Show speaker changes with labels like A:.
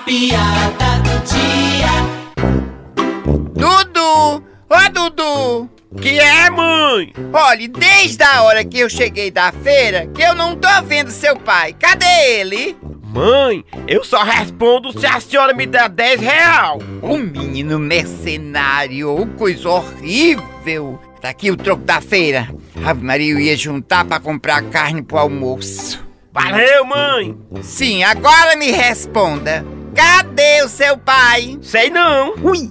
A: piada do dia.
B: Dudu! Ô Dudu!
C: Que é, mãe?
B: Olhe, desde a hora que eu cheguei da feira, que eu não tô vendo seu pai. Cadê ele?
C: Mãe, eu só respondo se a senhora me der 10 real.
B: Tá O menino mercenário, ô, coisa horrível! Tá aqui o troco da feira. Ave Maria, eu ia juntar pra comprar carne pro almoço.
C: Valeu, mãe.
B: Sim, agora me responda. Cadê o seu pai?
C: Sei não.
B: Ui!